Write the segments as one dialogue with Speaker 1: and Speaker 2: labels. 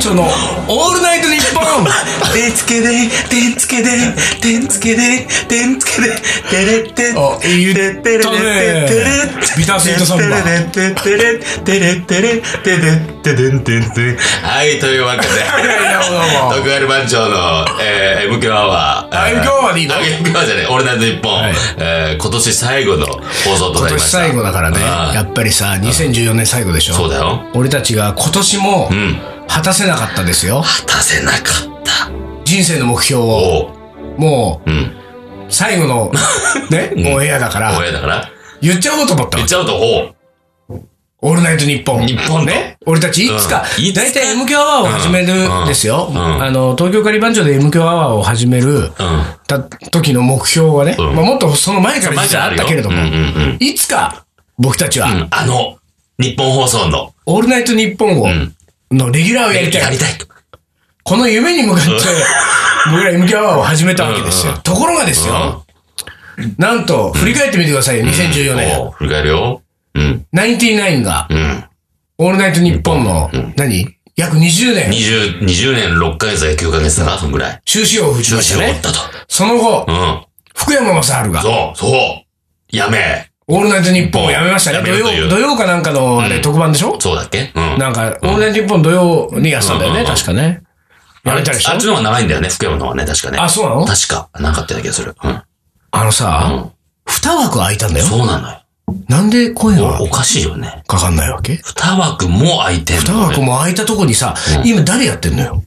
Speaker 1: 所の「オールナイトニッポン」
Speaker 2: てつけで、てつけで、てつけで、てつけで、てれって、
Speaker 1: あ言ったね
Speaker 2: てれっててれって
Speaker 1: ビタースイートサンバ
Speaker 2: てれっててれってれってれってれってれってれってれはい、というわ けで、
Speaker 1: どうも
Speaker 2: 徳丸番長の、えー、MQ アワー。
Speaker 1: あ MQ アワーでいいの
Speaker 2: あ ?MQ アワーじゃねえ、オールナイトニッポン
Speaker 1: はい。
Speaker 2: えー今年最後の放送と
Speaker 1: 今
Speaker 2: なりま
Speaker 1: 年
Speaker 2: した。
Speaker 1: 最後だからね
Speaker 2: あー
Speaker 1: やっぱりさ2014年最後でしょ
Speaker 2: そうだよ。
Speaker 1: 俺たちが今年も
Speaker 2: ん
Speaker 1: 果たせなかったですよ
Speaker 2: 果たせなかった。
Speaker 1: 人生の目標を
Speaker 2: おう。
Speaker 1: も
Speaker 2: うん。
Speaker 1: う最後 のね
Speaker 2: ん
Speaker 1: オンエアだから
Speaker 2: 親だから。
Speaker 1: 言っちゃおうと思った
Speaker 2: 言
Speaker 1: の
Speaker 2: っちゃうと、おう。
Speaker 1: オールナイトニッポン
Speaker 2: 日本ね。
Speaker 1: 俺たちいつか、
Speaker 2: うんいつか
Speaker 1: 大体 MQ アワーを始める
Speaker 2: うん
Speaker 1: んですよ。
Speaker 2: うん
Speaker 1: あの、東京カリバン長で MQ アワーを始める
Speaker 2: うん。
Speaker 1: た時の目標はね、
Speaker 2: うん
Speaker 1: まあ、もっとその前から実はあったけれども、
Speaker 2: うんうんうん。
Speaker 1: いつか僕たちは、
Speaker 2: うんあの、日本放送の、
Speaker 1: オールナイトニッポンを、
Speaker 2: ん
Speaker 1: のレギュラーをやりたい。この夢に向かって、僕ら MQ アワーを始めたわけですよ。
Speaker 2: うんう
Speaker 1: ところがですよ、なんと、振り返ってみてくださいよ、2014
Speaker 2: おう
Speaker 1: 年。
Speaker 2: 振り返るよ。うん。
Speaker 1: 99が、
Speaker 2: うん。
Speaker 1: オールナイトニッポンの、何約20年、
Speaker 2: 20、20年6ヶ月や9ヶ月だな、そんぐらい。
Speaker 1: 終止符を打ち
Speaker 2: 中
Speaker 1: まし
Speaker 2: 止
Speaker 1: た
Speaker 2: を持っ
Speaker 1: ね。
Speaker 2: たと。
Speaker 1: その後
Speaker 2: う、ん。
Speaker 1: 福山雅治が、
Speaker 2: そう、そう。やめえ。
Speaker 1: オールナイトニッポンをやめましたね。
Speaker 2: や
Speaker 1: 土
Speaker 2: めるとい
Speaker 1: 曜、
Speaker 2: う
Speaker 1: 土曜かなんかの、あれ、
Speaker 2: うん
Speaker 1: 特番でしょ
Speaker 2: そうだっけうん。
Speaker 1: なんか、オールナイトニッポン土曜にやってたんだよ
Speaker 2: う
Speaker 1: ね、
Speaker 2: んうんうん
Speaker 1: 確かね。やめたでしょ
Speaker 2: あっちの方が長いんだよね、福山の方がね、確かね。
Speaker 1: あ、そうなの
Speaker 2: 確か。なんかあってた気がする。うん。
Speaker 1: あの
Speaker 2: う
Speaker 1: さ
Speaker 2: ん、
Speaker 1: 二枠空いたんだよ。
Speaker 2: そうなのよ。
Speaker 1: なんでこういうの
Speaker 2: お
Speaker 1: が
Speaker 2: おかしいよね。
Speaker 1: かかんないわけ
Speaker 2: 二枠も空いてんの、ね。
Speaker 1: 二枠も空いたとこにさ、今誰やってんのよ。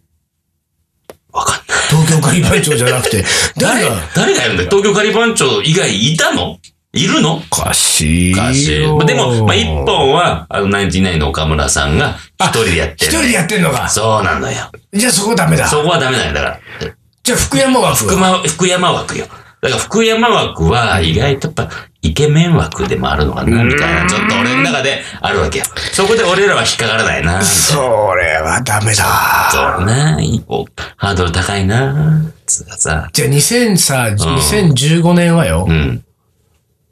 Speaker 2: わかんない。
Speaker 1: 東京カリバン長じゃなくて、誰
Speaker 2: 誰
Speaker 1: が、
Speaker 2: 誰がやるんだよ東京カリバン長以外いたのいるの
Speaker 1: おかしいよ。
Speaker 2: おかしい。まあでも、まあ、一本は、あの、ナインティナインの岡村さんが、一人でやって
Speaker 1: 一
Speaker 2: る。
Speaker 1: 人でやってんのか。
Speaker 2: そうなのよ。
Speaker 1: じゃあそこダメだ。
Speaker 2: そこはダメなんだから。
Speaker 1: じゃあ福山枠
Speaker 2: 福。間福山枠よ。だから福山枠は意外とやっぱイケメン枠でもあるのかなみたいな、ちょっと俺の中であるわけよ。そこで俺らは引っかからないな。そ
Speaker 1: それはダメだ。
Speaker 2: うな、おハードル高いな、つうかさ。
Speaker 1: じゃあ2000さ、2015年はよ
Speaker 2: う、ん。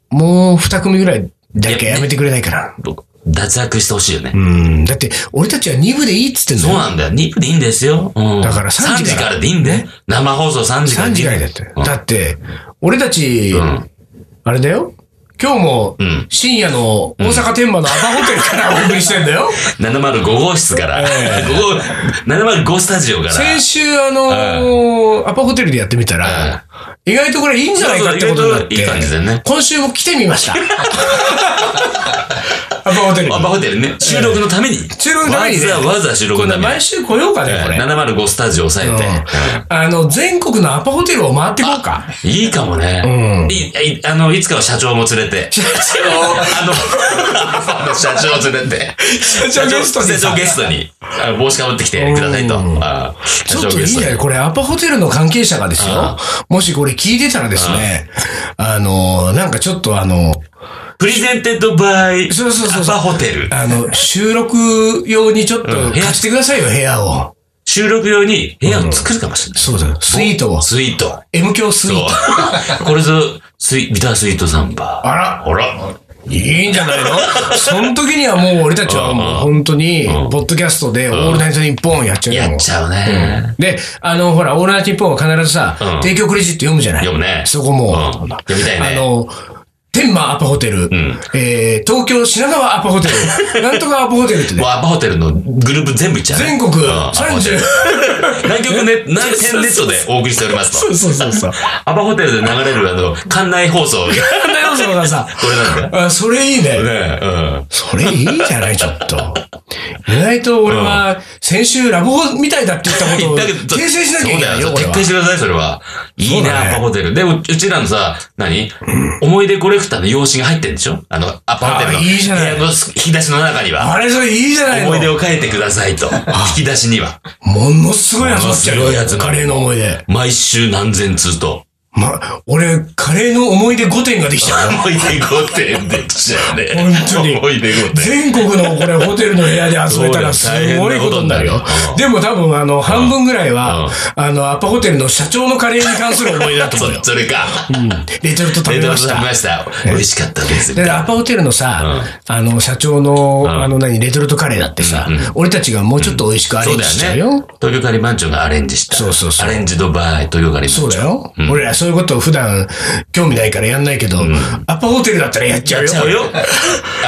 Speaker 1: もう二組ぐらいだけやめてくれないかな。
Speaker 2: 僕脱落してほしいよね。
Speaker 1: うん。だって、俺たちは2部でいいっつってんの
Speaker 2: そう
Speaker 1: よ。
Speaker 2: なんだよ。2分でいいんですよ。うん。
Speaker 1: だから3
Speaker 2: 3
Speaker 1: 時
Speaker 2: 時
Speaker 1: から
Speaker 2: からでいいんだよ。生放送3時から
Speaker 1: 3
Speaker 2: で
Speaker 1: 時
Speaker 2: いい
Speaker 1: ぐ
Speaker 2: ん
Speaker 1: ら
Speaker 2: よ
Speaker 1: いだって。
Speaker 2: うん
Speaker 1: だって、俺たち、
Speaker 2: ん
Speaker 1: あれだよ。今日も
Speaker 2: ん、
Speaker 1: 深夜の大阪天満のアパホテルから お送りしてんだよ。
Speaker 2: 705号室から、
Speaker 1: え
Speaker 2: ここ705スタジオから。
Speaker 1: 先週、あのー、アパホテルでやってみたら、意外とこれいいんじゃないかってことになって、
Speaker 2: そうそう意外といい感じだよね
Speaker 1: 今週も来てみま した。アパホテルに
Speaker 2: あ、。バホテルね。収録のために。
Speaker 1: 収録のためにね
Speaker 2: わざわざ収録
Speaker 1: こん
Speaker 2: の
Speaker 1: な
Speaker 2: ために
Speaker 1: 毎。週来ようかね、これ。
Speaker 2: 705スタジオ押さえて。
Speaker 1: あの、全国のアパホテルを回ってこうか。
Speaker 2: いいかもね。いいあの、いつかは社長も連れて。社長あの、 社長連れて。
Speaker 1: 社長ゲストに
Speaker 2: 社長ゲストに。あの帽子かぶってきてくださいと。あ
Speaker 1: ち
Speaker 2: 社
Speaker 1: ょ
Speaker 2: 長
Speaker 1: っといい
Speaker 2: ゲ
Speaker 1: ん
Speaker 2: ス
Speaker 1: じ
Speaker 2: ト
Speaker 1: ゃない
Speaker 2: に。
Speaker 1: これ、アパホテルの関係者がですよ。もしこれ聞いてたらですね、あの、なんかちょっとあの、
Speaker 2: プレゼンテッドバイ、
Speaker 1: そうそうそうそう
Speaker 2: アパホテル。
Speaker 1: あの、収録用にちょっと
Speaker 2: うん
Speaker 1: 貸してくださいよ、部屋を。
Speaker 2: 収録用に部屋を作るかもしれない。
Speaker 1: そうだよ。スイートを。
Speaker 2: スイート。
Speaker 1: M 響スイート。
Speaker 2: これぞ、スイ、ビタースイートサンバー。
Speaker 1: あら
Speaker 2: ほら。
Speaker 1: いいんじゃないのその時にはもう俺たちはもう本当に、ポッドキャストでオールナイトニッポンやっちゃうよ。
Speaker 2: やっちゃうね。
Speaker 1: で、あの、ほら、オールナイトニッポンは必ずさ、
Speaker 2: うん
Speaker 1: 提供クレジット読むじゃない
Speaker 2: 読むね
Speaker 1: そこも、
Speaker 2: うん読みたいね
Speaker 1: あの、天満アパホテル、
Speaker 2: ん
Speaker 1: えー、東京品川アパホテ ル、なんとかアパホテルってね
Speaker 2: もう、アパホテルのグループ全部いっちゃうね、
Speaker 1: 全国
Speaker 2: うんアパホテル
Speaker 1: 30。
Speaker 2: 南 極ネット、南極ネットでお送りしておりますと。
Speaker 1: そうそうそう。
Speaker 2: アパホテルで流れるあの、館内放送。こ
Speaker 1: こんな要素がさ、
Speaker 2: れなんだ
Speaker 1: あ、それいいね。
Speaker 2: よ。ね
Speaker 1: それいいじゃない、ちょっと。意外と俺は、先週ラブホみたいだって言った
Speaker 2: え、う
Speaker 1: こ
Speaker 2: ん。
Speaker 1: とを、訂正しなきゃいけないよ、
Speaker 2: そう
Speaker 1: こ
Speaker 2: だ
Speaker 1: れ
Speaker 2: よ
Speaker 1: は
Speaker 2: 撤。回してください、それは。いい
Speaker 1: そうだ
Speaker 2: な、
Speaker 1: ね
Speaker 2: アパホテル。で、ううちらのさ、何思い出コレクターの用紙が入ってるでしょあの、アパホテルの。
Speaker 1: あいいじゃない
Speaker 2: 部屋の引き出しの中には。
Speaker 1: あれ、それいいじゃないの。
Speaker 2: 思い出を書いてくださいと。引き出しには。
Speaker 1: ものすごいやつ持ってる
Speaker 2: ものすごいやつなの
Speaker 1: カレーの思い出。
Speaker 2: 毎週何千通と。
Speaker 1: ま、俺、カレーの思い出5点ができたよ。
Speaker 2: 思い出5点できちゃうね。
Speaker 1: 本当に
Speaker 2: 思い出5
Speaker 1: 全
Speaker 2: 点。
Speaker 1: 国のこれホテルの部屋で遊べたらすごいことになるよ
Speaker 2: そうだよ大変なことにな
Speaker 1: で
Speaker 2: るよ。
Speaker 1: も多分あの、半分ぐらい
Speaker 2: うん
Speaker 1: は、あの、アパホテルの社長のカレーに関する思い出だと思うよ
Speaker 2: そ。それか。
Speaker 1: レトルト食
Speaker 2: え
Speaker 1: べ
Speaker 2: どう
Speaker 1: ま
Speaker 2: し
Speaker 1: したた
Speaker 2: ま。した。美味しかったです。
Speaker 1: で、アパホテルのさ、あの、社長の、あの、何、レトルトカレーだってさ、俺たちがもうちょっと美味しくアレ
Speaker 2: そう
Speaker 1: ンジ
Speaker 2: だ
Speaker 1: しちゃう
Speaker 2: よ
Speaker 1: よ
Speaker 2: ね。。東京カリーマンチョンがアレンジした。
Speaker 1: そうそうそう
Speaker 2: アレンジドバーイ、東京カリーマンチョ
Speaker 1: そ
Speaker 2: ン。
Speaker 1: うだよ。俺らそういうこと普段興味ないからやんないけど、アパホテルだったらやっちゃう
Speaker 2: やっ
Speaker 1: よ
Speaker 2: ち。ゃうよ。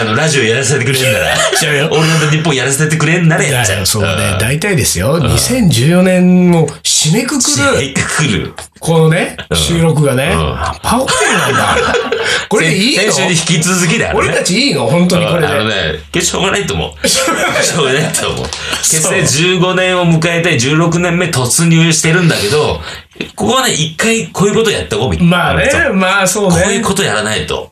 Speaker 2: あの、ラジオやらせてくれんなら。やっ
Speaker 1: ちゃうよ
Speaker 2: 俺の日本やらせてくれんならやっちゃう。
Speaker 1: そうね。
Speaker 2: ん。
Speaker 1: 大体ですよ。2014年を締めくくる。
Speaker 2: 一回来る。
Speaker 1: このね、収録がね、
Speaker 2: ん
Speaker 1: パオテルなん だ。これでいいの
Speaker 2: 先週に引き続きだよね。
Speaker 1: 俺たちいいの本当にこれ
Speaker 2: あの
Speaker 1: で。
Speaker 2: ね、しょうがない と思う。しょうがないと思う。結成15年を迎えて16年目突入してるんだけど、ここはね、一回こういうことやってこうみたいな。
Speaker 1: まあね
Speaker 2: そう、
Speaker 1: まあそう
Speaker 2: こういう
Speaker 1: ね。
Speaker 2: ことやらないと。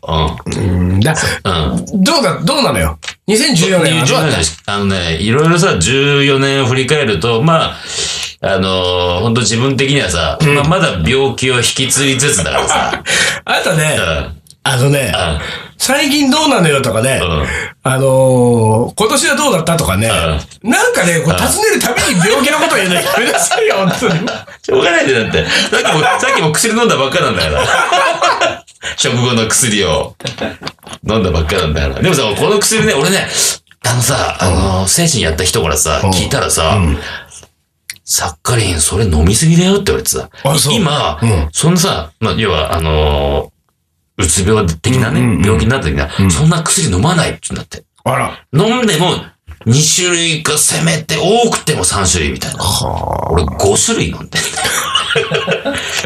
Speaker 2: うん。
Speaker 1: うんだ
Speaker 2: うん。
Speaker 1: どうだ、どうなのよ。2014年はどうだった
Speaker 2: あのね、いろいろさ、14年を振り返ると、まあ、あのー、本当自分的にはさ、まあ、まだ病気を引き継ぎつつだか らさ、
Speaker 1: あなたね
Speaker 2: う、ん。
Speaker 1: あのね、
Speaker 2: うん
Speaker 1: 最近どうなのよとかね
Speaker 2: うん、
Speaker 1: あのー、今年はどうだったとかね、なんかね、こう尋ねるたびに病気のこと言う のやめなさいよ、本当に。
Speaker 2: しょうがないで、だって。さっきも、さっきも薬飲んだばっかなんだから。 食後の薬を飲んだばっかなんだから。でもさ、この薬ね、俺ね、あのさ、あの、精神やった人からさ、聞いたらさ、サッカリン、それ飲みすぎだよって言われてさ
Speaker 1: あそ、う
Speaker 2: 今、
Speaker 1: うん
Speaker 2: そんなさ、まあ、要は、あのーうつ病的なね、
Speaker 1: うんうんうん
Speaker 2: 病気になった時な、そんな薬飲まないって言うんだって。
Speaker 1: あら。
Speaker 2: 飲んでも、2種類かせめて多くても3種類みたいな。俺5種類飲んで んだよ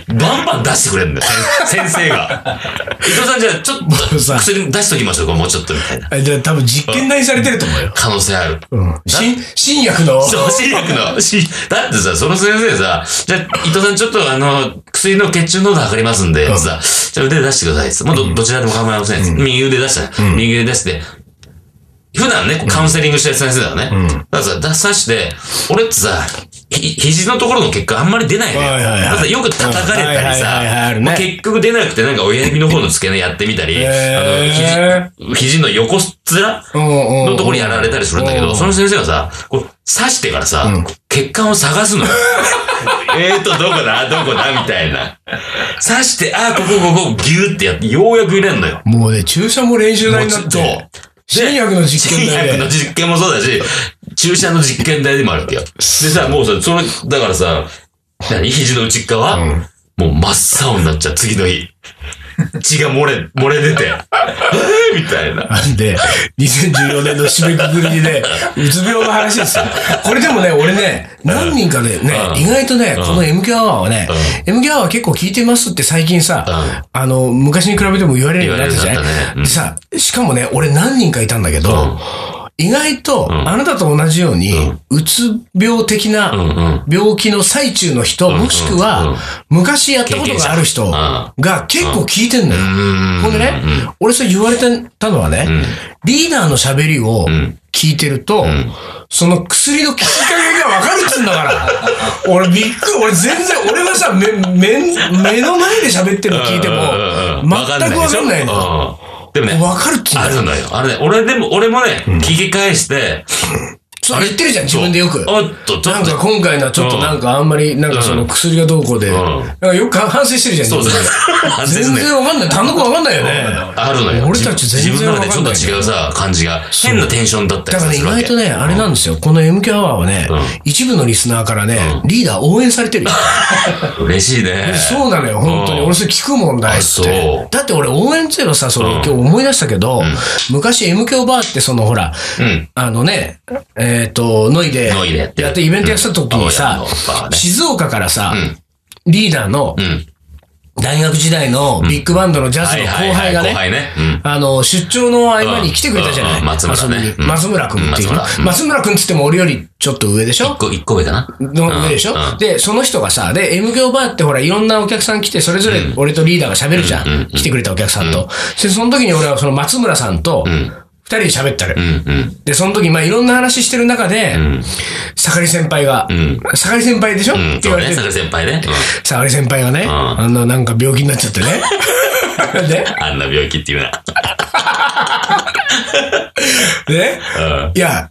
Speaker 2: バンバン出してくれるんだよ、先先生が。伊藤さんじゃあちょっと
Speaker 1: さ
Speaker 2: 薬出しときましょうか、もうちょっとみたいな。
Speaker 1: あじゃあ多分実験台にされてると思うよ。
Speaker 2: 可能性ある。
Speaker 1: うん新新薬の。
Speaker 2: そう、新薬の、しだってさ、その先生さ、じゃあ、伊藤さんちょっとあの、薬の血中濃度測りますんで、さ、じゃあ腕出してくださいっつって。もうど、どちらでも構いませんっつって。右腕出したね。右腕出して、普段ね、こうカウンセリングしてる先生だよね。だからさ、出さして、俺ってさ、ひ肘のところの結果あんまり出ないね。
Speaker 1: はいはいはい
Speaker 2: だからさよく叩か
Speaker 1: う
Speaker 2: れたり
Speaker 1: んはいはいはいはいあ
Speaker 2: さ
Speaker 1: る、ね
Speaker 2: まあ結局出なくてなんか親指の方の付け根やってみたり、あ
Speaker 1: へ
Speaker 2: の、肘、肘の横っ面
Speaker 1: の
Speaker 2: のところやられたりするんだけ
Speaker 1: う
Speaker 2: ど、
Speaker 1: ん
Speaker 2: その先生がさ、こう刺してからさ、こう血管を探すのよ。 えーと、どこだどこだみたいな。刺して、あー、ここ、ここ、ギューってやって、ようやく入れんのよ。
Speaker 1: もうね、注射も練習台になっ
Speaker 2: そう
Speaker 1: て、新薬の実験
Speaker 2: 新
Speaker 1: 台
Speaker 2: 薬
Speaker 1: で
Speaker 2: の。実験もそうだし、注射の実験台でもあるわけよ。でさ、もうさ、その、だからさ、何肘の内っ側、もう真っ青になっちゃう、次の日。血が漏れ、漏れ出て、え ーみたいな。
Speaker 1: なんで、2014年の締めくくりで、うつ病の話ですよ。これでもね、俺ね、何人かでね
Speaker 2: う、ん
Speaker 1: 意外とね、この MQ アワーはね、MQ アワー結構聞いてますって最近さ、あの、昔に比べても言われるようになったじゃ
Speaker 2: 言われるようになった
Speaker 1: な
Speaker 2: ね
Speaker 1: いでさ、しかもね、俺何人かいたんだけど、意外と、あなたと同じように、うつ病的
Speaker 2: う
Speaker 1: なん
Speaker 2: うん。
Speaker 1: 病気の最中の人、もしく
Speaker 2: うんうん
Speaker 1: は、昔やったことがある人が結構聞いてんのよ。
Speaker 2: うん
Speaker 1: ほんでね、俺それ言われたのはね、リーダーの喋りを聞いてると、その薬の効き加減がわかるっつうんだ から、俺びっくり、俺全然、俺はさ、め、めん、目の前で喋ってるの聞いても、全くわかんないの。わ
Speaker 2: の。でもね、
Speaker 1: かるっつうん
Speaker 2: あ
Speaker 1: だよ。
Speaker 2: るのよ。あれね、俺でも、俺もね、聞き返して、
Speaker 1: そう言ってるじゃん、自分でよく。
Speaker 2: おっと、ちょ
Speaker 1: な
Speaker 2: っ
Speaker 1: んか
Speaker 2: と。
Speaker 1: 今回のはちょっとなんかあんまり、なんかその薬がどうこうで、
Speaker 2: ん
Speaker 1: なんかよく反省してるじゃん、
Speaker 2: そうそう。反省す
Speaker 1: 全
Speaker 2: んだよ
Speaker 1: 然わかんない。単独わかんないよね。
Speaker 2: あるのよ。
Speaker 1: 俺たち全然
Speaker 2: 自分の中でちょっ
Speaker 1: わかんない
Speaker 2: と違うさ、感じが。変なテンションだった
Speaker 1: だ
Speaker 2: り
Speaker 1: からね、
Speaker 2: さす
Speaker 1: 意
Speaker 2: るわけ
Speaker 1: 外とね、あれなんですよ。この MQ アワーはね、一部のリスナーからね、リーダー応援されてるよ。
Speaker 2: 嬉しいね。
Speaker 1: そうなのよ、本当に。
Speaker 2: うん
Speaker 1: 俺それ聞くもんだよ
Speaker 2: あ
Speaker 1: っ
Speaker 2: そう
Speaker 1: て。だって俺応援ゼロさ、それ今日思い出したけど、昔 MQ バーってそのほら、
Speaker 2: うん。
Speaker 1: あのね、えっと、ノイで
Speaker 2: ノイでやってる
Speaker 1: やってイベントやってた時にさ
Speaker 2: うん青山のバー、ね
Speaker 1: 静岡からさ
Speaker 2: ん、
Speaker 1: リーダーの
Speaker 2: うん。
Speaker 1: 大学時代のビッグバンドのジャズの後輩が
Speaker 2: 後
Speaker 1: ね、
Speaker 2: 輩ね。うん。
Speaker 1: あの、出張の合間に来てくれたじゃない、
Speaker 2: うんうん松村ね
Speaker 1: 遊びに
Speaker 2: うん
Speaker 1: 松村君っていう
Speaker 2: うん
Speaker 1: の
Speaker 2: 松村うん
Speaker 1: 松村君って言っても俺よりちょっと上でしょ
Speaker 2: 一個、一個上かな。
Speaker 1: の上でしょ、
Speaker 2: うんうん
Speaker 1: で、その人がさ、で、M 響バーってほら、いろんなお客さん来て、それぞれ俺とリーダーが喋るじゃん。来てくれたお客さんと。で、その時に俺はその松村さんと、人で喋ったのよ。
Speaker 2: うん、うん、
Speaker 1: で、その時、まあ、いろんな話してる中で、
Speaker 2: ん
Speaker 1: 盛り先輩が、
Speaker 2: ん
Speaker 1: 盛り先輩でしょ、
Speaker 2: うん。
Speaker 1: って言
Speaker 2: そう
Speaker 1: われ
Speaker 2: ね、
Speaker 1: て
Speaker 2: さ、く先輩ね。うん
Speaker 1: 盛り先輩がね、
Speaker 2: ん
Speaker 1: あの、なんか病気になっちゃって ね。で、
Speaker 2: あんな病気っていうな。
Speaker 1: で、
Speaker 2: うん
Speaker 1: いや、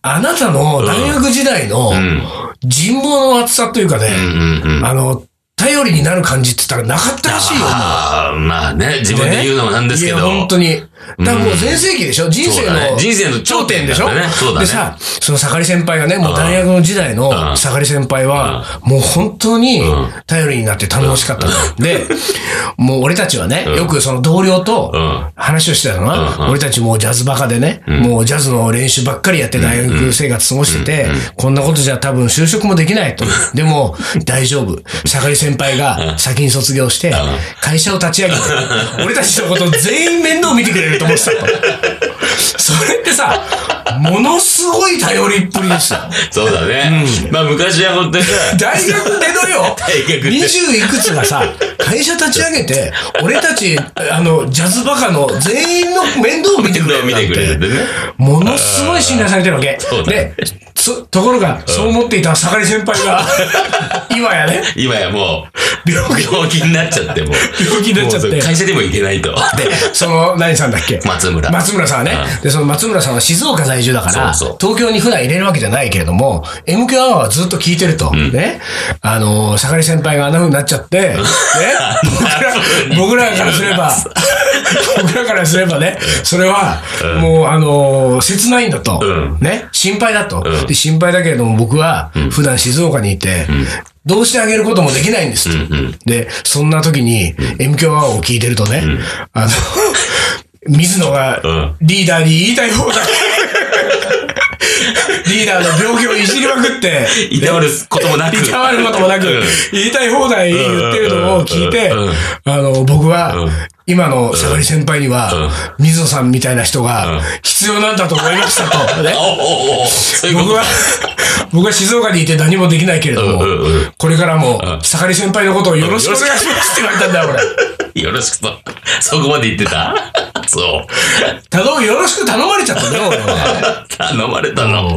Speaker 1: あなたの大学時代の
Speaker 2: ん
Speaker 1: 人望の厚さというかね、
Speaker 2: うん、うん、うん。
Speaker 1: あの、頼りになる感じって言ったらなかったらしいよ。
Speaker 2: ああ、まあね、自分で言うのもなんですけど。
Speaker 1: いや、本当に。だからもう全盛期でしょ人生
Speaker 2: そうだ
Speaker 1: の。
Speaker 2: ね人生の頂点
Speaker 1: でしょ
Speaker 2: だねそうだね
Speaker 1: でさ、その盛り先輩がね、もう大学の時代の
Speaker 2: ん
Speaker 1: 盛り先輩は、もう本当に
Speaker 2: ん
Speaker 1: 頼りになって楽しかったの。で、もう俺たちはね、よくその同僚と
Speaker 2: うん
Speaker 1: 話をしてたの
Speaker 2: うんう
Speaker 1: は、
Speaker 2: ん
Speaker 1: 俺たちもうジャズバカでね、もうジャズの練習ばっかりやって大学生活過ごしてて、こんなことじゃ多分就職もできないと。でも、大丈夫。盛り先輩が先に卒業して、会社を立ち上げて、俺たちのこと全員面倒見てくれると思ってたの。それってさ、ものすごい頼りっぷりでした。
Speaker 2: そうだね。まあ昔は本当にさ、
Speaker 1: 大学でのよ、
Speaker 2: 大学で
Speaker 1: 二十いくつがさ、会社立ち上げて、俺たち、あの、ジャズバカの全員の面倒を見てくれるん
Speaker 2: 見
Speaker 1: だって
Speaker 2: くれるん
Speaker 1: て。
Speaker 2: でね。
Speaker 1: ものすごい信頼されてるわけ
Speaker 2: そう。だね
Speaker 1: で、そところが、そう思っていた盛り先輩 が、今やね、
Speaker 2: 今やもう、
Speaker 1: 病
Speaker 2: 病気になっちゃって、もう。
Speaker 1: 病気になっちゃって
Speaker 2: もう会社でも行けな いと。
Speaker 1: で、その、何さんだっけ
Speaker 2: 松村
Speaker 1: 松村さんはね。で、その松村さんは静岡在住だから、
Speaker 2: そうそう
Speaker 1: 東京に普段入れるわけじゃないけれども、MQ アワーはずっと聞いてると。ね。あのー、盛り先輩があんな風になっちゃって、 ね。僕ら、僕らからすれ ば、僕らからすればね、それは、もう、あのー、切ないんだと
Speaker 2: うん。
Speaker 1: ね。心配だと。で、心配だけれども僕は、普段静岡にいて、どうしてあげることもできないんですと。で、そんな時に、m q ワーを聞いてるとね、あの、水野がリーダーに言いたい放 題。リーダーの病気をいじりまくって、
Speaker 2: いたわることもなく。
Speaker 1: いたわることもなく
Speaker 2: うん、
Speaker 1: 言いたい放題言ってるのを聞いて
Speaker 2: うんうんうん、
Speaker 1: あの、僕
Speaker 2: う
Speaker 1: は
Speaker 2: ん、
Speaker 1: 今の下がり先輩には、水野さんみたいな人が必要なんだと思いました と。ね
Speaker 2: おおおおそういうこ
Speaker 1: 僕
Speaker 2: と
Speaker 1: は
Speaker 2: か。、
Speaker 1: 僕は静岡にいて何もできないけれども
Speaker 2: うんうんう、
Speaker 1: これからも、盛り先輩のことをよろしくお願いしますって言われたんだよ、俺。
Speaker 2: よろしくと。そこまで言っ てたそう。
Speaker 1: 頼む、よろしく頼まれちゃったね、俺は。
Speaker 2: 頼まれたの。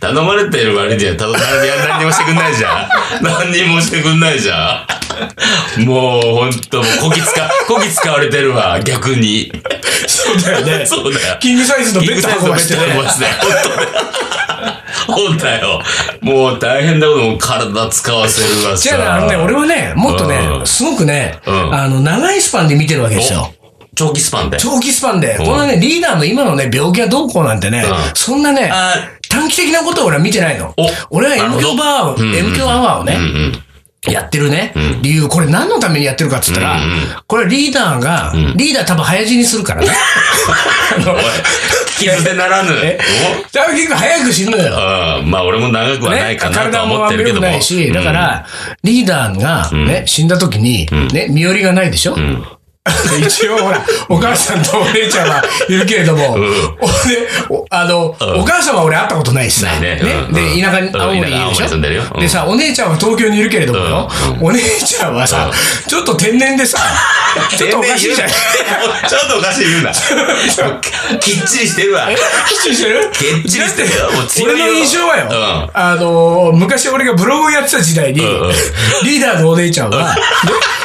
Speaker 2: 頼まれてる割には、頼まれて、何にもしてくんないじゃ ん。何にもしてくんないじゃん。もう、ほんと、もう、こき使、こき使われてるわ、逆に。
Speaker 1: そうだよね。
Speaker 2: そうだよ。
Speaker 1: キングサイズのベッド運ばして
Speaker 2: キング
Speaker 1: ね。
Speaker 2: サイズのベッド運ばして。本当だよ。もう大変だこともう体使わせるわさ。
Speaker 1: じゃあね、あのね、俺はね、もっと
Speaker 2: う
Speaker 1: ね、
Speaker 2: ん
Speaker 1: すごくね、
Speaker 2: うん
Speaker 1: あの、長いスパンで見てるわけですよ。
Speaker 2: お長期スパンで。
Speaker 1: 長期スパンで、
Speaker 2: ん
Speaker 1: このね、リーダーの今のね、病気はどうこうなんてね、
Speaker 2: うん
Speaker 1: そんなね
Speaker 2: あ、
Speaker 1: 短期的なことを俺は見てないの
Speaker 2: お。
Speaker 1: 俺は
Speaker 2: なる
Speaker 1: M
Speaker 2: ほど
Speaker 1: 強バーを、M 強アワーをね、
Speaker 2: うんうん。
Speaker 1: やってるね、理由、これ何のためにやってるかって言ったら、これリーダーが、リーダー多分早死にするからね。あの
Speaker 2: おい、傷でならぬ。
Speaker 1: え 多分結構早く死ぬのよ。
Speaker 2: おうんまあ俺も長くはないかなとは思ってるけども。
Speaker 1: 体も悪くないし、だから、リーダーがね、死んだ時に、ね、身寄りがないでしょ 一応ほら、お母さんとお姉ちゃんはいるけれども、俺、おあの、お母さんは俺会ったことないしさ、
Speaker 2: ないね
Speaker 1: ね
Speaker 2: うんう
Speaker 1: で、
Speaker 2: ん
Speaker 1: 田舎に、
Speaker 2: うん
Speaker 1: 青森にいるでし
Speaker 2: 田舎青森に住んでるよ
Speaker 1: ょ
Speaker 2: うん
Speaker 1: でさ、お姉ちゃんは東京にいるけれどもよ、お姉ちゃんはさ、ちょっと天然でさ、ちょっとおかしいじゃん。
Speaker 2: ちょっとおかしい言うな。きっちりしてる わ。
Speaker 1: きっちりしてる
Speaker 2: きっちりしてるよもう強
Speaker 1: 俺
Speaker 2: いよ
Speaker 1: の印象はよ、
Speaker 2: うん
Speaker 1: あのー昔俺がブログをやってた時代に、
Speaker 2: んうん
Speaker 1: リーダーのお姉ちゃんは、ね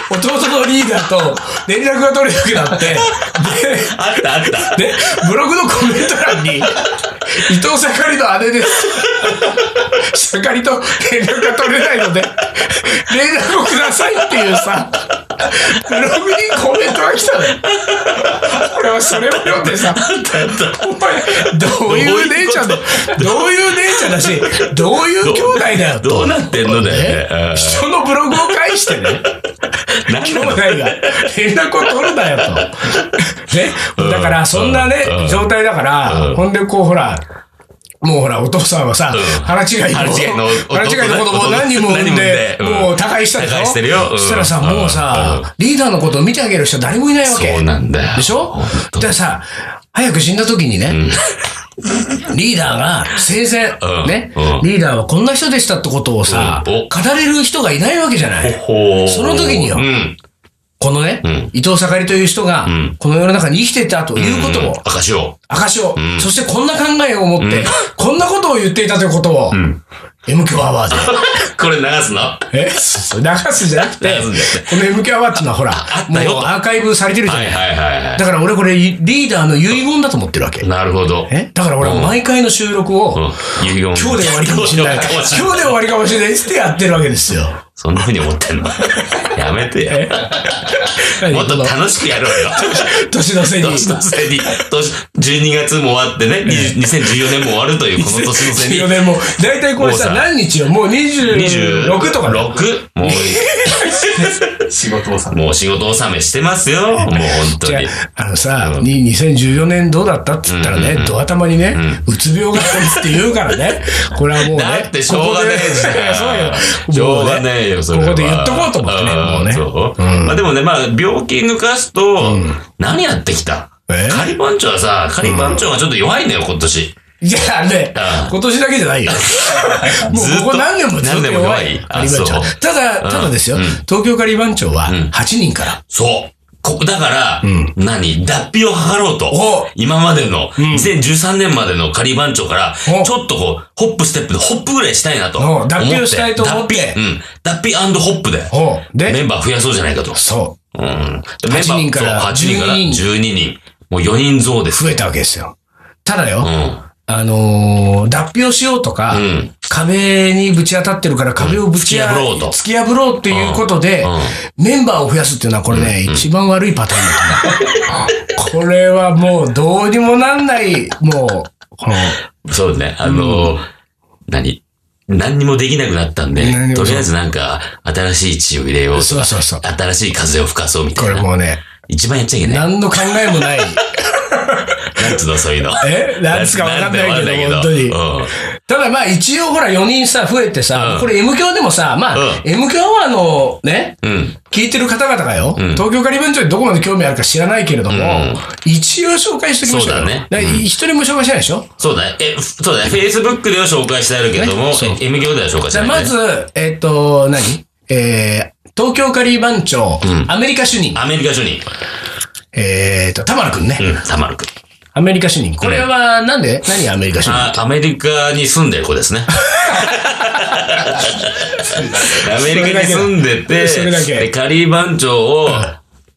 Speaker 1: 弟のリーダーと連絡が取れなくなって、
Speaker 2: あったあった。
Speaker 1: で、で、ブログのコメント欄に、伊藤さかりの姉です。さかりと連絡が取れないので、連絡をくださいっていうさ、ブログにコメントが来たのよ。俺はそれを読んでさ、お前、どういう姉ちゃんだ、どういう姉ちゃんだし、どういう兄弟だよと。
Speaker 2: どうなってんのだよね。
Speaker 1: 人のブログを返してね、
Speaker 2: うんなん
Speaker 1: 兄
Speaker 2: な
Speaker 1: 弟
Speaker 2: の
Speaker 1: が連絡を取るなよ と。ね。だから、そんなね
Speaker 2: うん、
Speaker 1: 状態だから、ほんで、こう、ほら、もうほら、お父さんはさ、
Speaker 2: うん
Speaker 1: 腹違いの、
Speaker 2: 腹違いの
Speaker 1: 腹違いの子供を何人も産んで、
Speaker 2: 何人も産んでうん
Speaker 1: もう他界したでしょ
Speaker 2: 他界してるようん
Speaker 1: そしたらさ、もうさ、リーダーのことを見てあげる人誰もいないわけ。
Speaker 2: そうなんだよ
Speaker 1: でしょ
Speaker 2: 本当
Speaker 1: だからさ、早く死んだ時にね、リーダーが生前、
Speaker 2: うん
Speaker 1: ね、
Speaker 2: うん
Speaker 1: リーダーはこんな人でしたってことをさ、
Speaker 2: うんお
Speaker 1: 語れる人がいないわけじゃない。
Speaker 2: ほう
Speaker 1: その時によ
Speaker 2: うん。
Speaker 1: このね、
Speaker 2: ん
Speaker 1: 伊藤盛りという人が
Speaker 2: ん、
Speaker 1: この世の中に生きてたということ
Speaker 2: うん
Speaker 1: を、
Speaker 2: 証を。
Speaker 1: 証を、
Speaker 2: ん
Speaker 1: そしてこんな考えを持って、こんなことを言っていたということを、MQ ア ワー
Speaker 2: これ流すのあ
Speaker 1: で、え、そう流すじゃなくて、
Speaker 2: 流すんじ
Speaker 1: この MQ アワーっていうのはほら、
Speaker 2: ったよ
Speaker 1: もうアーカイブされてるじゃな。
Speaker 2: はいいはいはいは
Speaker 1: だから俺これリーダーの遺言だと思ってるわけ
Speaker 2: い。。なるほど。
Speaker 1: えだから俺は毎回の収録を、
Speaker 2: うん。遺言。今
Speaker 1: 今日で終わりかもしれない。今日で終わりかもしれないっつってやってるわけですよ。
Speaker 2: そんな風に思ってんのやめて よ。もっと
Speaker 1: 何この
Speaker 2: 楽しくやろうよ。
Speaker 1: 年のせいに。
Speaker 2: 年のせいに、年、12月も終わってね、20 2014年も終わるという、この年のせい
Speaker 1: 4
Speaker 2: に。
Speaker 1: 年も、だいたいこれさ、
Speaker 2: もうさ
Speaker 1: 何日よもう26とかね。
Speaker 2: 6? も
Speaker 3: 仕事をさ
Speaker 2: う、もう仕事納めしてますよ。もう本当
Speaker 1: じゃ
Speaker 2: に。
Speaker 1: あ、あのさ、に2014年どうだったって言ったらね、ド頭にね、うつ病があるって言うからね、 これはもうね、
Speaker 2: だってしょうがねえじ
Speaker 1: ここで そうよ
Speaker 2: ゃん。しょうがねえよ、それは。
Speaker 1: ここで言っとこうと思ってねもうね
Speaker 2: んそうまあでもね、まあ、病気抜かすと、何やってきた
Speaker 1: え
Speaker 2: 仮番長はさ、仮番長がちょっと弱いんだよ、今年。
Speaker 1: いや、ね
Speaker 2: ああ、
Speaker 1: 今年だけじゃないよ。 もう
Speaker 2: ずっと
Speaker 1: ここ何年もずっと弱い。
Speaker 2: 何年も弱
Speaker 1: カ
Speaker 2: い
Speaker 1: リバン
Speaker 2: あそ
Speaker 1: 長ただ、ただですよ、東京カリバン長は8人から。
Speaker 2: そう。ここ、だから、何脱皮を図ろうと
Speaker 1: お。
Speaker 2: 今までの、2013年までの仮番長から、
Speaker 1: お
Speaker 2: ちょっとこう、ホップステップで、ホップぐらいしたいなと思
Speaker 1: お
Speaker 2: って。
Speaker 1: 脱皮をしたいと思って
Speaker 2: 脱皮うん。脱皮ホップで、
Speaker 1: ほう
Speaker 2: メ
Speaker 1: で、
Speaker 2: ンバー増やそうじゃないかと。
Speaker 1: そ
Speaker 2: うん。メンバ
Speaker 1: 8
Speaker 2: ー
Speaker 1: 人から
Speaker 2: そう8人から
Speaker 1: 12
Speaker 2: 12人。もう4人増で
Speaker 1: う、
Speaker 2: す。
Speaker 1: 増えたわけですよ。ただよ
Speaker 2: う、ん。
Speaker 1: あのー、脱皮をしようとか、
Speaker 2: うん
Speaker 1: 壁にぶち当たってるから壁をぶち
Speaker 2: うん突き破ろうと
Speaker 1: 突き破ろうっていうことで、
Speaker 2: う
Speaker 1: メンバーを増やすっていうのはこれね、一番悪いパターンだと思う。これはもうどうにもなんない、もう、この、
Speaker 2: そうね。あのー、何何にもできなくなったんで
Speaker 1: 何に、も
Speaker 2: とりあえずなんか、新しい血を入れようと
Speaker 1: そう
Speaker 2: か、
Speaker 1: そうそう。
Speaker 2: 新しい風を吹かそうみた
Speaker 1: こ
Speaker 2: い
Speaker 1: れ
Speaker 2: な。
Speaker 1: もうね、
Speaker 2: 一番やっちゃいけない。
Speaker 1: 何の考えもない。
Speaker 2: なんつうの、そういうの。
Speaker 1: えなんつうかわかんないけど、
Speaker 2: な
Speaker 1: 本
Speaker 2: んて
Speaker 1: 当に
Speaker 2: わ。かんない
Speaker 1: ただまあ一応ほら4人さ、増えてさ、
Speaker 2: うん
Speaker 1: これ M 教でもさ、まあ、
Speaker 2: う
Speaker 1: M 教アワーのね、
Speaker 2: けどうん。
Speaker 1: 聞いてる方々がよ、
Speaker 2: ん
Speaker 1: 東京カリバン町にどこまで興味あるか知らないけれども、
Speaker 2: ん
Speaker 1: 一応紹介してきました
Speaker 2: そうだね
Speaker 1: 一人も紹介してないでしょ、
Speaker 2: そうだね。え、そうだね。Facebook では紹介してあるけども
Speaker 1: ねそう、
Speaker 2: M 行では紹介し
Speaker 1: じ
Speaker 2: て
Speaker 1: ゃあ
Speaker 2: ない。
Speaker 1: ま、ず、えっ、と、何えー、東京カリバン町、アメリカ主任。
Speaker 2: アメリカ主任。
Speaker 1: えっと、田丸くんね、
Speaker 2: うん、サマル君。
Speaker 1: アメリカ主任。これは、なんで、何アメリカ主任
Speaker 2: あ、アメリカに住んでる 子ですね。アメリカに住んでて、
Speaker 1: それだけ
Speaker 2: でカリー番長を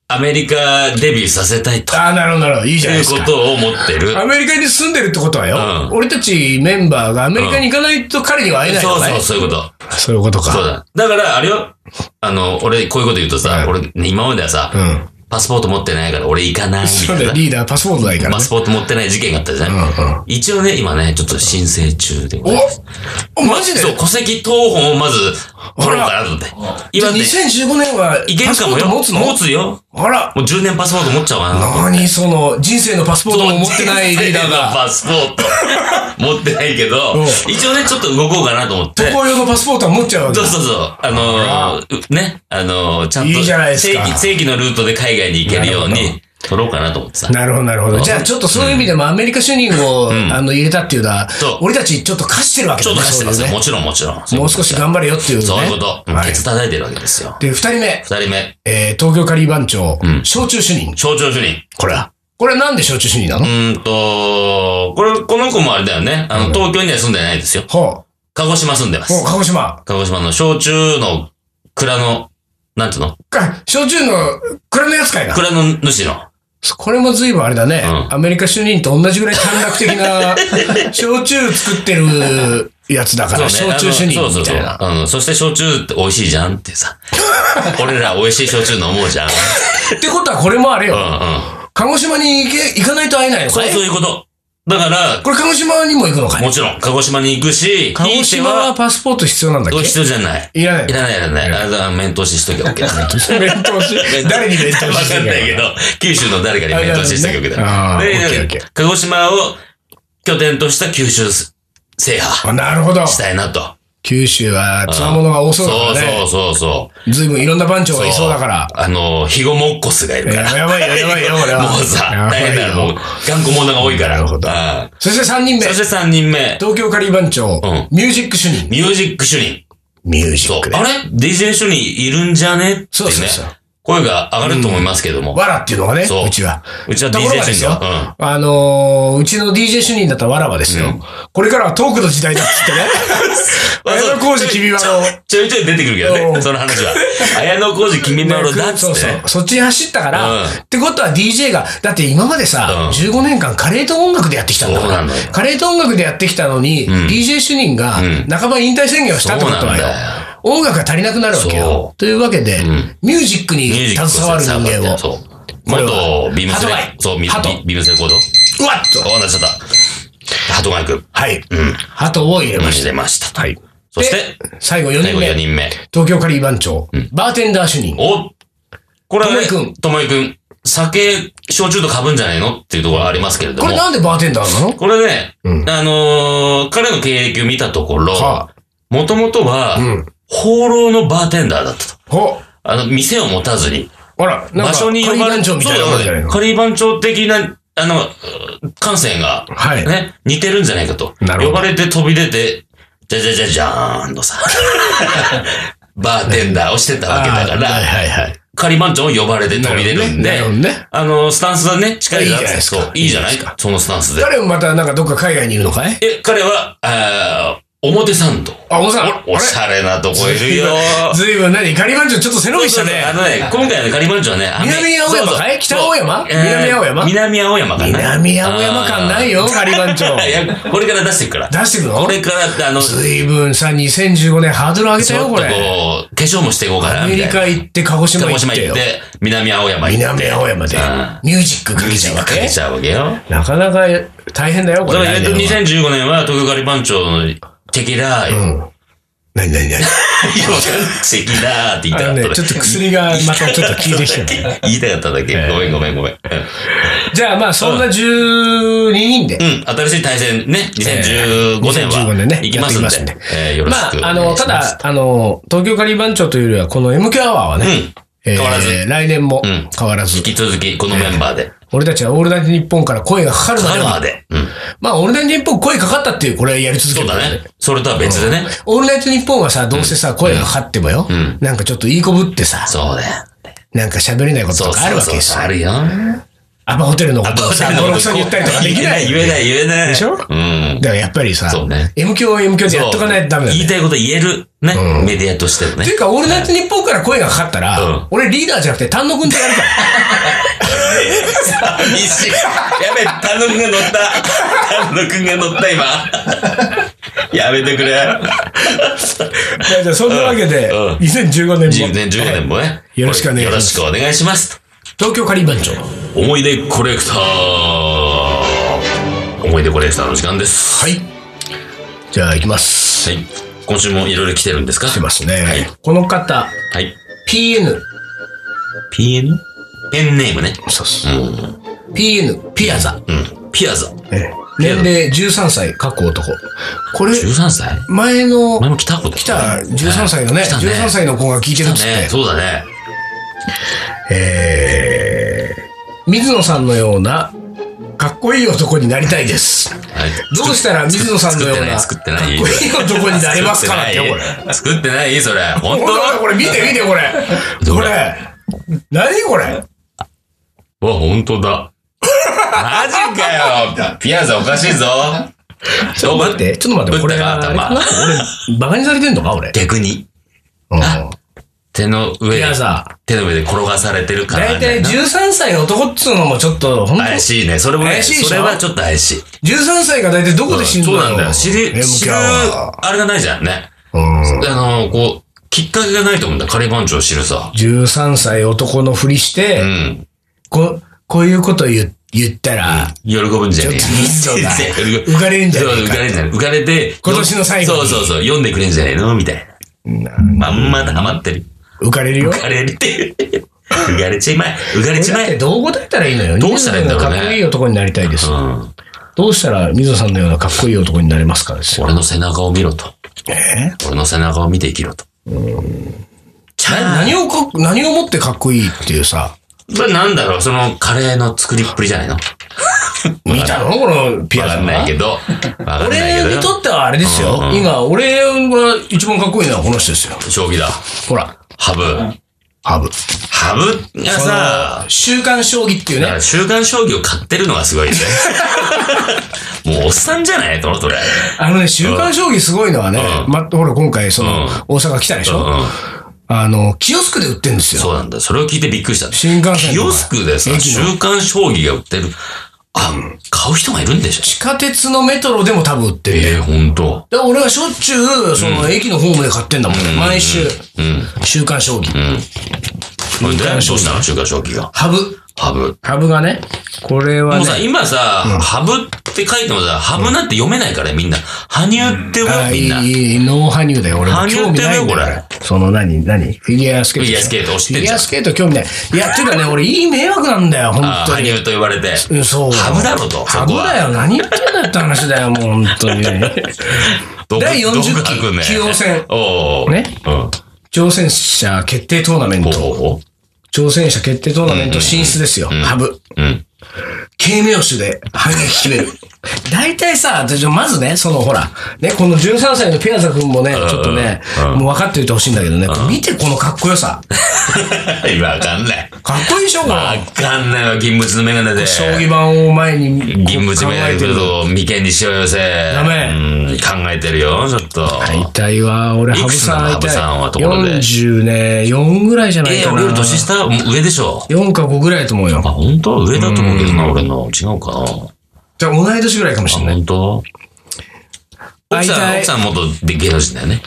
Speaker 2: アメリカデビューさせたいと
Speaker 1: ああ、なるほど、なるほど。いいじゃない
Speaker 2: いう
Speaker 1: です
Speaker 2: こ
Speaker 1: か。
Speaker 2: とを持ってる。
Speaker 1: アメリカに住んでるってことはよ、
Speaker 2: うん
Speaker 1: 俺たちメンバーがアメリカに行かないと彼には会えない
Speaker 2: そ
Speaker 1: よ
Speaker 2: う
Speaker 1: ね。
Speaker 2: そう、そういうこと。
Speaker 1: そういうことか。
Speaker 2: そうだ。だから、あれよ。あの、俺、こういうこと言うとさ、俺、今まではさ、
Speaker 1: ん
Speaker 2: パスポート持ってないから俺行かないみ
Speaker 1: そ
Speaker 2: た
Speaker 1: う
Speaker 2: い
Speaker 1: だ
Speaker 2: な
Speaker 1: よ。リーダーパスポートないから
Speaker 2: パ
Speaker 1: ね。
Speaker 2: スポート持ってない事件があったじゃない、
Speaker 1: うん
Speaker 2: 一応ね、今ね、ちょっと申請中でございます。
Speaker 1: おマジで
Speaker 2: そう、戸籍謄本をまず、取ろうかなと思って。今ね、
Speaker 1: 2015年はい
Speaker 2: け
Speaker 1: パ
Speaker 2: る
Speaker 1: ス
Speaker 2: か
Speaker 1: ポ
Speaker 2: も
Speaker 1: ート
Speaker 2: よ。
Speaker 1: 持つの
Speaker 2: 持つよ。
Speaker 1: あら、
Speaker 2: もう10年パスポート持っちゃおうかなと思って。
Speaker 1: 何その人生のパスポートも持ってないリーダー
Speaker 2: 人生の
Speaker 1: が、
Speaker 2: パスポ ート。持ってないけど
Speaker 1: うん、
Speaker 2: 一応ね、ちょっと動こうかなと思って
Speaker 1: 渡。航用のパスポートは持っちゃうわけ
Speaker 2: そう。そうそう。あのーうね、あのーちゃんと
Speaker 1: いいじゃないです
Speaker 2: 正
Speaker 1: か
Speaker 2: 規、正規のルートで海外に行けるように、取ろうかなと思ってさ。
Speaker 1: なるほど、なるほど。じゃあ、ちょっとそういう意味でもアメリカ主任を、あの、入れたっていうのは
Speaker 2: そう、
Speaker 1: 俺たちちょっと貸してるわけ
Speaker 2: ち
Speaker 1: だ
Speaker 2: ょっ
Speaker 1: ね。
Speaker 2: と貸してます
Speaker 1: そ
Speaker 2: よ。
Speaker 1: ういう
Speaker 2: も
Speaker 1: のね
Speaker 2: ちろんもちろん。
Speaker 1: もう少し頑張れよっていうね。
Speaker 2: そういうこと。うん
Speaker 1: はい
Speaker 2: ケツ叩いてるわけですよ。
Speaker 1: で、二人目、
Speaker 2: 二人目、
Speaker 1: えー東京カリー番長、小中主任。
Speaker 2: 象徴主任。
Speaker 1: これは。これはなんで小中主任な
Speaker 2: う
Speaker 1: の
Speaker 2: ーんと、これ、この子もあれだよね。あの、東京には住んでないですよ。
Speaker 1: ほ
Speaker 2: 鹿児島住んでま
Speaker 1: う。ほう、
Speaker 2: す。
Speaker 1: 鹿児島。
Speaker 2: 鹿児島の小中の蔵の、なんていうの
Speaker 1: か小中の蔵のやつかいな。
Speaker 2: 蔵の主の。
Speaker 1: これも随分あれだね、
Speaker 2: う
Speaker 1: アメリカ主任と同じぐらい短絡的 な、焼酎作ってるやつだから、焼酎主任みたいな。
Speaker 2: そうそうそう。うん。そして焼酎って美味しいじゃんって さ。俺ら美味しい焼酎飲もうじゃん。う
Speaker 1: ってことはこれもあれよ、
Speaker 2: んうん。
Speaker 1: 鹿児島に行け行かないと会えないのか
Speaker 2: そう
Speaker 1: い
Speaker 2: そういうこと。だから、
Speaker 1: これ鹿児島にも行くのかい
Speaker 2: もちろん、鹿児島に行くし、
Speaker 1: 鹿児島はパスポート必要なんだっ
Speaker 2: どう必
Speaker 1: け
Speaker 2: 要じゃない。
Speaker 1: いらない
Speaker 2: いらないいらない。あれだ、面通ししときゃ OK だね。
Speaker 1: 弁当し、 誰に弁当
Speaker 2: わ
Speaker 1: し
Speaker 2: かんないけど、九州の誰かにメントした曲だ。
Speaker 1: あいやいやね
Speaker 2: で、鹿児島を拠点とした九州制覇
Speaker 1: あなるほど。
Speaker 2: したいなと。
Speaker 1: 九州はつわものが多そう
Speaker 2: そう
Speaker 1: だから
Speaker 2: そ
Speaker 1: ね
Speaker 2: う。そうそう。
Speaker 1: ずいぶんいろんな番長がいそうだから。
Speaker 2: あの、ヒゴモッコスがいるから。
Speaker 1: いややばいよやばいよこれは
Speaker 2: もうさ、
Speaker 1: やばいよ
Speaker 2: 大変だよ。もう、頑固者が多いから。
Speaker 1: なるほど
Speaker 2: うん
Speaker 1: そして3人目
Speaker 2: そ、して3人目、
Speaker 1: 東京カリー番長、
Speaker 2: ん
Speaker 1: ミュージック主任。
Speaker 2: ミュージック主任。
Speaker 1: ミュージ
Speaker 2: そ
Speaker 1: ッ
Speaker 2: う
Speaker 1: ク。で
Speaker 2: あれ ?DJ 主任いるんじゃねってね
Speaker 1: そうそうそう。
Speaker 2: 声が上がると思いますけども。
Speaker 1: わらっていうのがね、
Speaker 2: そう
Speaker 1: うちは。
Speaker 2: うちは
Speaker 1: ところ
Speaker 2: DJ
Speaker 1: がで
Speaker 2: 主
Speaker 1: す
Speaker 2: 任
Speaker 1: よ、
Speaker 2: は。
Speaker 1: あのーうちの DJ 主任だったらわらはですよ、これからはトークの時代だっつってね。
Speaker 2: うん。
Speaker 1: 綾野浩二君はあの
Speaker 2: ちょいちょい出てくるけど
Speaker 1: う
Speaker 2: ね、
Speaker 1: ん
Speaker 2: その話は。綾野浩二君のろだっつ
Speaker 1: そ
Speaker 2: っ
Speaker 1: う
Speaker 2: て
Speaker 1: そ
Speaker 2: ね。
Speaker 1: う。そっちに走ったから、
Speaker 2: うん
Speaker 1: ってことは DJ が、だって今までさ、
Speaker 2: うん
Speaker 1: 15年間カレーと音楽でやってきたんだか
Speaker 2: そうなん
Speaker 1: ら
Speaker 2: だよ、
Speaker 1: カレーと音楽でやってきたのに、DJ 主任が
Speaker 2: ん
Speaker 1: 半ば引退宣言をしたってことは
Speaker 2: そう
Speaker 1: よ
Speaker 2: なんだよ。
Speaker 1: 音楽が足りなくなるわけ
Speaker 2: そ
Speaker 1: よ。というわけで、ミュージックに
Speaker 2: ミュージック
Speaker 1: 携わる人間を、
Speaker 2: そう。
Speaker 1: これは
Speaker 2: 元ビームスレ
Speaker 1: ハトガイ
Speaker 2: そう、ビ
Speaker 1: ハト
Speaker 2: ビームスレコード。
Speaker 1: うわっと、
Speaker 2: お、なっちゃった。ハトガイ君。
Speaker 1: はい、
Speaker 2: うん。
Speaker 1: 鳩を入れまし
Speaker 2: 出ましたと。
Speaker 1: た。はい。
Speaker 2: そして、
Speaker 1: で、最後4
Speaker 2: 最
Speaker 1: 人
Speaker 2: 後4
Speaker 1: 目、
Speaker 2: 人目。
Speaker 1: 東京カリー番長、バーテンダー主任。
Speaker 2: おこれはね
Speaker 1: ともいくん
Speaker 2: ともいくん。酒、焼酎とかぶんじゃないのっていうところはありますけれど
Speaker 1: こ
Speaker 2: も。
Speaker 1: れなんでバーテンダーなの
Speaker 2: これね、
Speaker 1: うん
Speaker 2: あのー彼の経歴を見たところ、
Speaker 1: は
Speaker 2: もともとは、
Speaker 1: うん
Speaker 2: 放浪のバーテンダーだったと。
Speaker 1: ほ
Speaker 2: あの、店を持たずに、
Speaker 1: あら、なんか、
Speaker 2: 場
Speaker 1: カ
Speaker 2: 所
Speaker 1: リ
Speaker 2: に呼
Speaker 1: ー
Speaker 2: ばれ
Speaker 1: 番長みたいなもんじゃないの
Speaker 2: カリー番長的な、あの、うん感性が、
Speaker 1: はい
Speaker 2: ね、似てるんじゃないかと。
Speaker 1: なるほど
Speaker 2: 呼ばれて飛び出て、じゃじゃじゃじゃーんの さ、バーテンダーをしてたわけだか
Speaker 1: あーはい
Speaker 2: ら、
Speaker 1: はいはい。
Speaker 2: カリー番長を呼ばれて飛び出るん
Speaker 1: な
Speaker 2: で
Speaker 1: るほどねなるほどね、
Speaker 2: あの、スタンスはね、近い
Speaker 1: いいじゃないですか
Speaker 2: そういいじゃないい
Speaker 1: いじゃないですか
Speaker 2: そのスタンスで。
Speaker 1: 彼もまたなんかどっか海外にいるのかい
Speaker 2: え、彼は、あー表参道。
Speaker 1: あ、小野さん。
Speaker 2: おおしゃれなとこいるよ。
Speaker 1: ずいぶん何カリバンチョちょっと背伸びした
Speaker 2: あ
Speaker 1: ね。
Speaker 2: のね、今回のカリバンチョはね、あの
Speaker 1: 南青山かい北青山
Speaker 2: そうそうえー
Speaker 1: 南青山
Speaker 2: 南青山かな。
Speaker 1: 南青山感ないよ、カリバンチョ
Speaker 2: あー。いや、これから出していくから。
Speaker 1: 出してくの
Speaker 2: これからって、あの、ちょっ
Speaker 1: ずいぶんさ、2015年ハードル上げた
Speaker 2: と
Speaker 1: よ、
Speaker 2: こ
Speaker 1: これ。
Speaker 2: う、化粧もしていこうかな。
Speaker 1: アメリカ行って、鹿児
Speaker 2: みたいな
Speaker 1: 島
Speaker 2: 鹿
Speaker 1: 行って
Speaker 2: 児島行
Speaker 1: よ
Speaker 2: っ。て、南青山行って。
Speaker 1: 南青山で
Speaker 2: うん、
Speaker 1: ミュージックかけちゃうわ
Speaker 2: か
Speaker 1: け
Speaker 2: けちゃうわけよ。
Speaker 1: なかなか大変だよ、こ
Speaker 2: だ
Speaker 1: れ
Speaker 2: から、。えっと、
Speaker 1: 来年は
Speaker 2: 2015年は、徳川リ番長の敵だ、
Speaker 1: う
Speaker 2: よ
Speaker 1: ん。何何何
Speaker 2: 敵 だって言いたか
Speaker 1: あの
Speaker 2: った
Speaker 1: ね
Speaker 2: のに。
Speaker 1: ちょっと薬がまたちょっと効いてき てる。
Speaker 2: 言いたかっただけ。ごめんごめんごめん。
Speaker 1: じゃあまあ、そんな12人で
Speaker 2: う、ん、新しい対戦ね、2015年は。
Speaker 1: 2015年ね
Speaker 2: 行きますん
Speaker 1: やっていきますん
Speaker 2: で
Speaker 1: で。
Speaker 2: えーよろし
Speaker 1: ま
Speaker 2: くお願いしま
Speaker 1: あ、
Speaker 2: す。
Speaker 1: あの、ただ、あの、東京カリー番長というよりは、この MQ アワーは
Speaker 2: うん、
Speaker 1: ね、えー
Speaker 2: 変わらず
Speaker 1: 来年も
Speaker 2: ん
Speaker 1: 変わらず、
Speaker 2: 引き続き、このメンバーで。
Speaker 1: 俺たちはオールナイトニッポンから声がかかるま
Speaker 2: カ
Speaker 1: で
Speaker 2: ラー
Speaker 1: は、
Speaker 2: で。うん。
Speaker 1: まあ、オールナイトニッポン声かかったっていう、これはやり続け
Speaker 2: そう
Speaker 1: るか
Speaker 2: だ
Speaker 1: ら
Speaker 2: ね。。それとは別でね。
Speaker 1: オールナイトニッポンはさ、どうせさ、声がかかってもよ、なんかちょっといいこぶってさ、
Speaker 2: そうだよ。
Speaker 1: なんか喋れないこと
Speaker 2: そ
Speaker 1: と
Speaker 2: う
Speaker 1: かあるわけですよ
Speaker 2: あるよ。
Speaker 1: アパホテルのことをさ、ボロクソに言ったりとかできない。
Speaker 2: 言えない、言えない。
Speaker 1: でしょ
Speaker 2: うん。
Speaker 1: だからやっぱりさ、
Speaker 2: そうね
Speaker 1: M 響は M 響でやっとかないとダメだ
Speaker 2: 言い
Speaker 1: ね。
Speaker 2: たいこと言える、ね。メディアとしての
Speaker 1: ってい
Speaker 2: ね
Speaker 1: う。か、オールナイトニッポンから声がかかったら、
Speaker 2: うん
Speaker 1: 俺リーダーじゃなくて丹野くんとやるから。
Speaker 2: 寂しい。やべ、丹野くんが乗った。丹野くんが乗った、今。やめてくれ。
Speaker 1: いやじゃあそんなわけで、
Speaker 2: うんうん
Speaker 1: 2015
Speaker 2: 10
Speaker 1: 年
Speaker 2: 年、
Speaker 1: も
Speaker 2: 15年もね。
Speaker 1: よろしくお願いします
Speaker 2: よろしくお願いします。
Speaker 1: 東京カリー番長。
Speaker 2: 思い出コレクター。思い出コレクターの時間です。
Speaker 1: はい。じゃあ行きます。
Speaker 2: はい。今週もいろいろ来てるんですか
Speaker 1: 来てますね。
Speaker 2: はい
Speaker 1: この方、
Speaker 2: はい。
Speaker 1: PN。
Speaker 2: PN? ペンネームね。
Speaker 1: そうっす
Speaker 2: う
Speaker 1: PN、ピアザ。
Speaker 2: ん。うん。ピアザ。
Speaker 1: ええ年齢13歳、過去男。これ、
Speaker 2: 13歳
Speaker 1: 前の
Speaker 2: お前も来たこと
Speaker 1: 来た13歳のね、
Speaker 2: 来たね。
Speaker 1: 13歳の子が聞いてるっつっ
Speaker 2: 来たね。
Speaker 1: て、
Speaker 2: そうだね。
Speaker 1: えー、水野さんのような、かっこいい男になりたいです。
Speaker 2: はい
Speaker 1: どうしたら水野さんのような、
Speaker 2: 作ってない。
Speaker 1: かっこいい男になれますから
Speaker 2: っ
Speaker 1: っててよ、これ。
Speaker 2: れ。作ってないそれ。本
Speaker 1: 本当だ、
Speaker 2: 当
Speaker 1: これ見て見て、これ。
Speaker 2: ど
Speaker 1: こ
Speaker 2: れ
Speaker 1: れ。何これ
Speaker 2: わ、本当だ。マジかよ。ピアザおかしいぞ。ちょ、待っ。
Speaker 1: ちょっと待って、これが、
Speaker 2: 頭
Speaker 1: 俺、バカにされてんのか、俺。
Speaker 2: 逆に。手の上
Speaker 1: い
Speaker 2: で
Speaker 1: や、さ、
Speaker 2: 手の上で転がされてるから。
Speaker 1: 大体13歳の男っつうのもちょっと、本当
Speaker 2: 怪しいね。それもね、
Speaker 1: 怪しいでしょ
Speaker 2: それはちょっと怪しい。
Speaker 1: 13歳が大体どこで死んだ
Speaker 2: そ
Speaker 1: の
Speaker 2: うなんだよ。知り、
Speaker 1: M
Speaker 2: 知
Speaker 1: キ
Speaker 2: る、
Speaker 1: ャは。
Speaker 2: あれがないじゃんね。
Speaker 1: うん
Speaker 2: あの、こう、きっかけがないと思うんだ。カレー番長を知るさ。
Speaker 1: 13歳男のふりし
Speaker 2: う
Speaker 1: て、
Speaker 2: ん。
Speaker 1: ここういうこと言言ったら、
Speaker 2: 喜ぶんじゃねえ
Speaker 1: ちょっと人情が 浮かれんじゃねえか
Speaker 2: そう、浮かれんじゃねえ。浮かれて、
Speaker 1: 今年の最後
Speaker 2: そ
Speaker 1: に
Speaker 2: うそうそう、読んでくれんじゃねえのみたいな。まんまだハマってる。
Speaker 1: 浮かれるよ。
Speaker 2: 浮かれて。浮かれちまえ。浮かれちま
Speaker 1: だって
Speaker 2: え。
Speaker 1: どう答えたらいいのよ。
Speaker 2: どうしたらいいんだろうね
Speaker 1: 水野さがかっこいい男になりたいです
Speaker 2: う。ん。
Speaker 1: どうしたら水野さんのようなかっこいい男になれますかですよ。
Speaker 2: 俺の背中を見ろと。俺の背中を見て生きろと。ちゃん
Speaker 1: 何をかっ何をもってかっこいいっていうさ、
Speaker 2: まあなんだろう、そのカレーの作りっぷりじゃないのわ
Speaker 1: 見たのこのピア
Speaker 2: か
Speaker 1: ノ
Speaker 2: んないけど。わかんないけ
Speaker 1: 俺に
Speaker 2: ど。
Speaker 1: とってはあれですよ。今、俺が一番かっこいいのはこの人ですよ。
Speaker 2: 将棋だ。
Speaker 1: ほら。
Speaker 2: ハブ。
Speaker 1: ハブ。
Speaker 2: ハブがさ、
Speaker 1: 週刊将棋っていう
Speaker 2: だか
Speaker 1: ね
Speaker 2: ら。週刊将棋を買ってるのがすごいね。 もうおっさんじゃないと思う、それ。
Speaker 1: あのね、週刊将棋すごいのはね、
Speaker 2: うん
Speaker 1: ま、ほら、今回、その、
Speaker 2: うん
Speaker 1: 大阪来たでし
Speaker 2: う
Speaker 1: ょ、
Speaker 2: ん
Speaker 1: あの、キオスクで売ってるんですよ。
Speaker 2: そうなんだ。それを聞いてびっくりした。
Speaker 1: 新幹線
Speaker 2: キ
Speaker 1: とか
Speaker 2: オスクでさ、
Speaker 1: 駅の
Speaker 2: 週刊将棋が売ってる。あ、買う人がいるんでしょ
Speaker 1: 地下鉄のメトロでも多分売ってるんだよ。
Speaker 2: ええ、ほんと。
Speaker 1: で俺はしょっちゅう、その、駅のホームで買ってんだもんね。毎週、
Speaker 2: うん。
Speaker 1: 週刊将棋。
Speaker 2: ほんで、どうしたの週刊将棋が。
Speaker 1: ハブ。
Speaker 2: ハブ。
Speaker 1: ハブがね、これは
Speaker 2: もうさ、
Speaker 1: ね、
Speaker 2: 今さ、ハブって書いてもさ、ハブなんて読めないからねみんな。羽生って
Speaker 1: あ
Speaker 2: は
Speaker 1: ーい
Speaker 2: みんな。
Speaker 1: いいい、ノーハニューだよ。俺も
Speaker 2: 羽生
Speaker 1: 興味ないんだ
Speaker 2: ってね
Speaker 1: よ。その何、何フィギュアスケートでしょ。
Speaker 2: フィギュアスケート知ってんじ
Speaker 1: フィ
Speaker 2: ゃん
Speaker 1: ギュアスケート興味ない。いや、っていうかね、俺いい迷惑なんだよ、本
Speaker 2: あー
Speaker 1: 当
Speaker 2: 羽
Speaker 1: に。
Speaker 2: 生と言われて。
Speaker 1: うんそう。
Speaker 2: ハブだろと。そ
Speaker 1: ハブ
Speaker 2: こは
Speaker 1: だよ。何言ってんだよって話だよ、もう本当 に。
Speaker 2: どこ
Speaker 1: 第40
Speaker 2: どこ
Speaker 1: 期
Speaker 2: 書くんだよ
Speaker 1: 棋王戦
Speaker 2: おうおう。
Speaker 1: ね
Speaker 2: うん。
Speaker 1: 挑戦者決定トーナメン
Speaker 2: ほう
Speaker 1: ト。
Speaker 2: ほうほ
Speaker 1: 挑戦者決定トーナメント進出ですよ。
Speaker 2: ん
Speaker 1: ハブ。
Speaker 2: う。うん。
Speaker 1: 軽妙手で反撃決める。大体さ、私まずね、そのほら、ね、この13歳のピアザ君もね、ちょっとね、
Speaker 2: うん
Speaker 1: もう分かっておいてほしいんだけどね、見てこのかっこよさ。
Speaker 2: 今わかんない。
Speaker 1: かっこいいでしょ、こ
Speaker 2: わ
Speaker 1: の。
Speaker 2: かんないわ、銀縁のメガネで。
Speaker 1: 将棋盤を前にこう
Speaker 2: 銀縁
Speaker 1: 考
Speaker 2: メガ
Speaker 1: え
Speaker 2: ネ
Speaker 1: てる。
Speaker 2: で眉間にしわ寄せ。ダ
Speaker 1: メ
Speaker 2: うん、考えてるよ、ちょっと。
Speaker 1: 大体は、俺、
Speaker 2: い
Speaker 1: ハ
Speaker 2: く
Speaker 1: ブ
Speaker 2: つな
Speaker 1: さ
Speaker 2: の
Speaker 1: ん会い
Speaker 2: 羽
Speaker 1: た
Speaker 2: 生
Speaker 1: い
Speaker 2: さんはところで
Speaker 1: 40ね、4ぐらいじゃない
Speaker 2: え、
Speaker 1: かな。
Speaker 2: 俺より年下上でしょ。
Speaker 1: 4か5ぐらいだと思うよ
Speaker 2: あ、。本当上だと思うけどな、俺の。違うかな。
Speaker 1: じゃあ同い年ぐらいかもし
Speaker 2: あ、
Speaker 1: れない。
Speaker 2: 本当奥
Speaker 1: 大
Speaker 2: さん、
Speaker 1: 体
Speaker 2: 奥さん元芸能人だよね。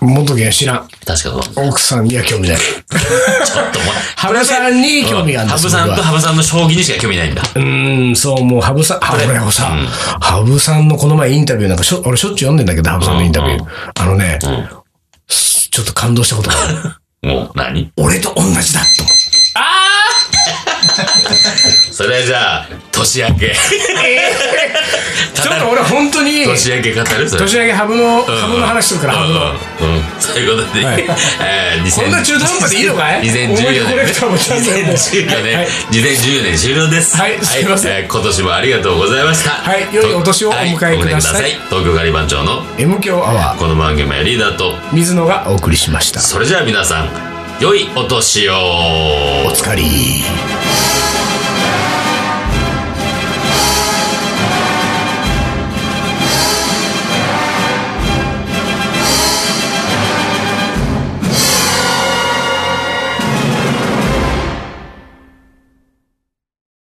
Speaker 1: 元芸知らん。
Speaker 2: 確かそう。ちょっ
Speaker 1: 奥さんには興味ない。
Speaker 2: とお前。
Speaker 1: ハブさんに興味があるん
Speaker 2: ハ
Speaker 1: です
Speaker 2: ブさんと
Speaker 1: 僕は
Speaker 2: ハブさんの将棋にしか興味ないんだ。
Speaker 1: うーん、そう、もう、羽生さん、あ俺をさ、羽生さんのこの前インタビューなんかしょ、俺しょっちゅう読んでんだけど、羽生さんのインタビュー。
Speaker 2: うんう
Speaker 1: あのね、ちょっと感動したことがある。
Speaker 2: もう、何
Speaker 1: 俺と同じだと思っ
Speaker 2: それじゃあ、年明 け。
Speaker 1: て。ちょっと俺本当に、年
Speaker 2: 年明け語るそれ。
Speaker 1: 明け羽生の、羽生の話するから、羽生の。
Speaker 2: うん。そういうことで、
Speaker 1: はい
Speaker 2: えー、2000
Speaker 1: こんな中途半端でいいのかい
Speaker 2: ?2014
Speaker 1: 思い
Speaker 2: 年
Speaker 1: 出。コレクターもちゃんとやるんだ
Speaker 2: 2014年、
Speaker 1: はい
Speaker 2: 2014年終了です。
Speaker 1: はいすいません
Speaker 2: えー今年もありがとうございました。
Speaker 1: はい良いお年をお迎えください
Speaker 2: はお迎東京ガリバン長の
Speaker 1: M 強アワ
Speaker 2: この番組はリーダーと、
Speaker 1: ー、水野がお送りしました。
Speaker 2: それじゃあ皆さん、良いお年を。
Speaker 1: お疲れ。